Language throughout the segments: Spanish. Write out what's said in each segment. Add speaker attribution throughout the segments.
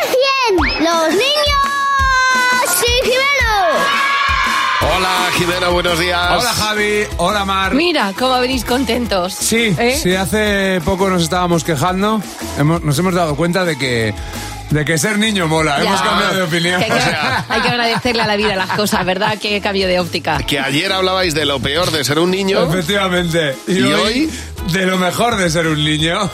Speaker 1: 100! ¡Los niños! ¡Sí,
Speaker 2: Hola, Jimena, buenos días.
Speaker 3: Hola Javi, hola Mar.
Speaker 4: Mira, cómo venís contentos.
Speaker 3: Sí,
Speaker 4: ¿Eh?
Speaker 3: sí, hace poco nos estábamos quejando, hemos- nos hemos dado cuenta de que, de que ser niño mola,
Speaker 4: Ya.
Speaker 3: hemos cambiado de opinión.
Speaker 4: Que hay, que, hay que agradecerle a la vida las cosas, ¿verdad? Qué cambio de óptica.
Speaker 2: Que ayer hablabais de lo peor de ser un niño.
Speaker 3: Efectivamente. Y,
Speaker 2: ¿Y
Speaker 3: hoy, de lo mejor de ser un niño.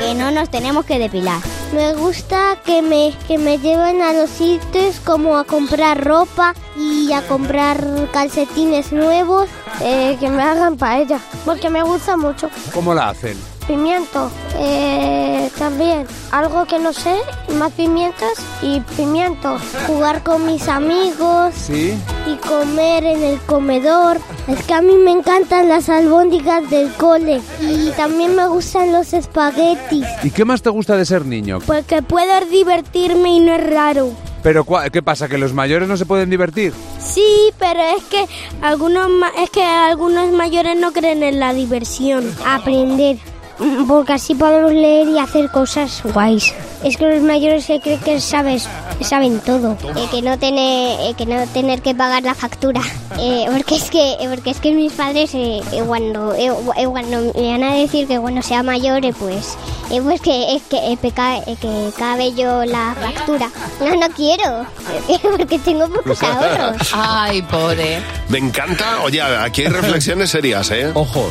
Speaker 1: Que no nos tenemos que depilar.
Speaker 5: Me gusta que me, que me lleven a los sitios como a comprar ropa y a comprar calcetines nuevos eh, que me hagan paella, porque me gusta mucho.
Speaker 3: ¿Cómo la hacen?
Speaker 5: Pimiento, eh, también algo que no sé, más pimientos y pimiento. Jugar con mis amigos
Speaker 3: Sí.
Speaker 5: y comer en el comedor. Es que a mí me encantan las albóndigas del cole y también me gustan los espaguetis.
Speaker 3: ¿Y qué más te gusta de ser niño?
Speaker 5: Porque puedo divertirme y no es raro.
Speaker 3: Pero ¿qué pasa? ¿Que los mayores no se pueden divertir?
Speaker 5: Sí, pero es que algunos ma- es que algunos mayores no creen en la diversión. Aprender, mm, porque así podemos leer y hacer cosas guays. Es que los mayores se creen que sabes, saben todo.
Speaker 1: que, no tener, eh, que no tener que pagar la factura. Eh, porque, es que, eh, porque es que mis padres, eh, eh, cuando, eh, gu- eh, cuando me van a decir que cuando sea mayor, eh, pues, eh, pues que, eh, que, eh, peca- eh, que cabe yo la factura. No, no quiero, porque tengo pocos ahorros.
Speaker 4: Ay, pobre.
Speaker 2: Me encanta, oye, aquí hay reflexiones serias, ¿eh?
Speaker 3: Ojo.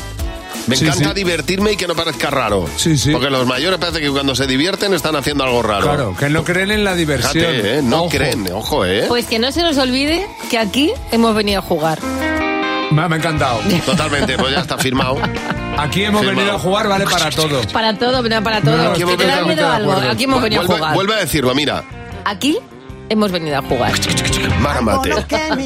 Speaker 2: Me
Speaker 3: Oh, Sí,
Speaker 2: encanta
Speaker 3: sí.
Speaker 2: divertirme y que no parezca raro.
Speaker 3: Sí, sí.
Speaker 2: Porque los mayores parece que cuando se divierten están haciendo algo raro.
Speaker 3: Claro, que no creen en la diversión.
Speaker 2: Fíjate, ¿eh? No
Speaker 3: Ojo.
Speaker 2: creen, ojo, ¿eh?
Speaker 4: Pues que no se nos olvide que aquí hemos venido a jugar.
Speaker 3: Me ha me ha encantado.
Speaker 2: Totalmente, pues ya está firmado.
Speaker 3: Aquí hemos
Speaker 2: Firmado.
Speaker 3: venido a jugar, vale para todo.
Speaker 4: Para todo, no, para todo.
Speaker 3: No, aquí
Speaker 4: Que
Speaker 3: hemos
Speaker 4: te da
Speaker 3: venido a
Speaker 4: miedo
Speaker 3: jugar,
Speaker 4: algo.
Speaker 3: de acuerdo.
Speaker 4: Aquí hemos venido
Speaker 2: vuelve,
Speaker 4: a jugar.
Speaker 2: vuelve a decirlo, mira.
Speaker 4: Aquí hemos venido a jugar.
Speaker 2: Mámate.